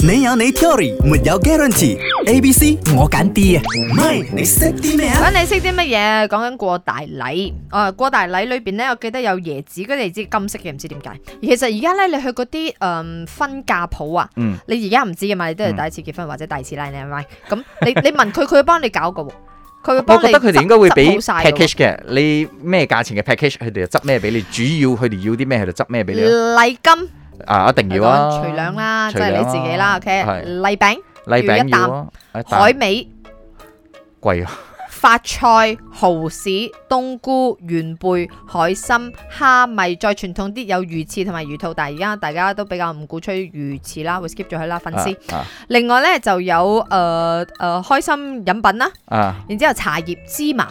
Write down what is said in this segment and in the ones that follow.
你有你 theory，沒有 guarantee。A、B、C 我揀 D 啊，唔係你識啲咩啊？咁你識啲乜嘢？講緊過大禮，啊過大禮裏邊咧，我記得有椰子嗰啲，係金色嘅，唔知點解。其實而家咧，你去嗰啲誒婚嫁鋪啊，嗯你而家唔知嘅嘛，你都係第一次結婚或者第二次啦，你係咪？咁你 你問佢，佢會幫你搞嘅喎，佢會我幫你覺得佢哋應該會執俾好晒嘅喎 package 嘅，你咩價錢嘅 package，佢哋就執咩俾你。主要佢哋要啲咩，佢就執咩俾你咯。禮金，啊，一定要啊！除兩啦，即除糧係啊你自己啦，OK，係禮餅、禮要餅一要啊，一啖海味、貴啊，發菜、蠔豉、冬菇、元貝、海參、蝦米，再傳統啲有魚翅同埋魚肚，但係而家大家都比較唔鼓吹魚翅啦，會 skip 咗佢啦，粉絲。啊另外咧就有誒誒、呃呃開心飲品啦，啊啊！然之後茶葉、芝麻、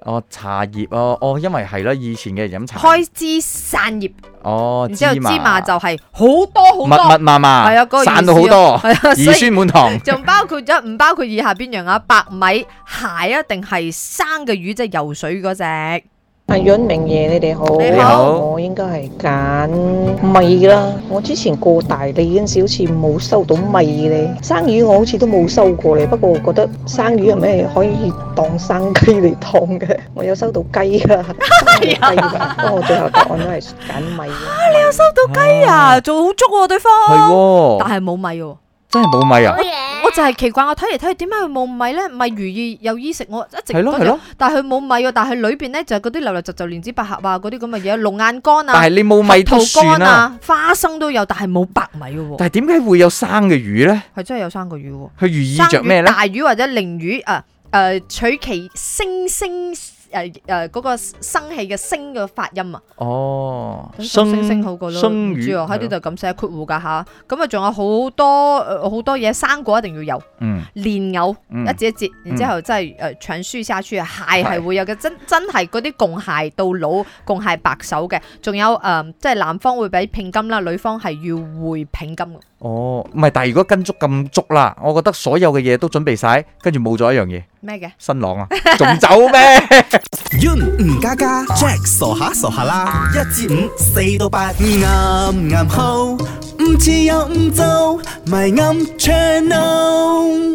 哦，茶葉啊，哦，因為係啦，以前嘅人飲茶，開枝散葉，哦，然之後芝麻就係好密多好密多，麻麻，係啊嗰個散意思到好啊 多，係啊，兒所以孫滿堂，仲包括咗唔包括以下邊樣啊？白米、蟹啊，定係生嘅魚，即係游水嗰只。阿阮明爺，你哋好。你好我應該係揀米啦。我之前過大理嗰陣時，好似冇收到米咧。生魚我好似都冇收過咧。不過我覺得生魚係咪可以當生雞嚟當嘅？我有收到雞㗎，雞㗎。不過我最後答案都係揀米啦。收到雞啊， 做好足喎對係方，但喎，係冇米喎。真係冇米啊，我就係奇怪，我睇嚟睇去點解佢冇米咧？米如意有衣食，我一直係咯嗰係樣咯，但係佢冇米喎，但係裏邊咧就係嗰啲流流雜雜蓮子百合啊，嗰啲咁嘅嘢，龍眼乾但啊係，你冇米都桃算乾啦，啊，花生都有，但係冇白米嘅喎，但係點解會有生嘅魚咧？係真係有生個魚喎。佢寓意生着咩魚咧？大魚或者鯪魚啊，誒、取其聲聲誒誒嗰個生氣嘅聲嘅發音啊，哦，咁就聲聲好過咯。生唔知魚喎喺呢度咁寫括弧㗎吓，咁啊仲有好多呃好多嘢，生果一定要有。嗯蓮藕嗯一節一節，然之後真係誒長輸下輸啊！蟹係會有嘅，真真係嗰啲共蟹到老，共蟹白手嘅，仲有誒、呃即係男方會俾聘金啦，女方係要回聘金嘅。哦，唔係，但係如果跟足咁足啦，我覺得所有嘅嘢都準備晒，跟住冇咗一樣嘢，咩嘅？新郎 啊，仲走咩？ Yun 吳家家，Jack 傻下傻下啦，一至五，四到八，啱啱好，唔似有唔做，咪啱 channel。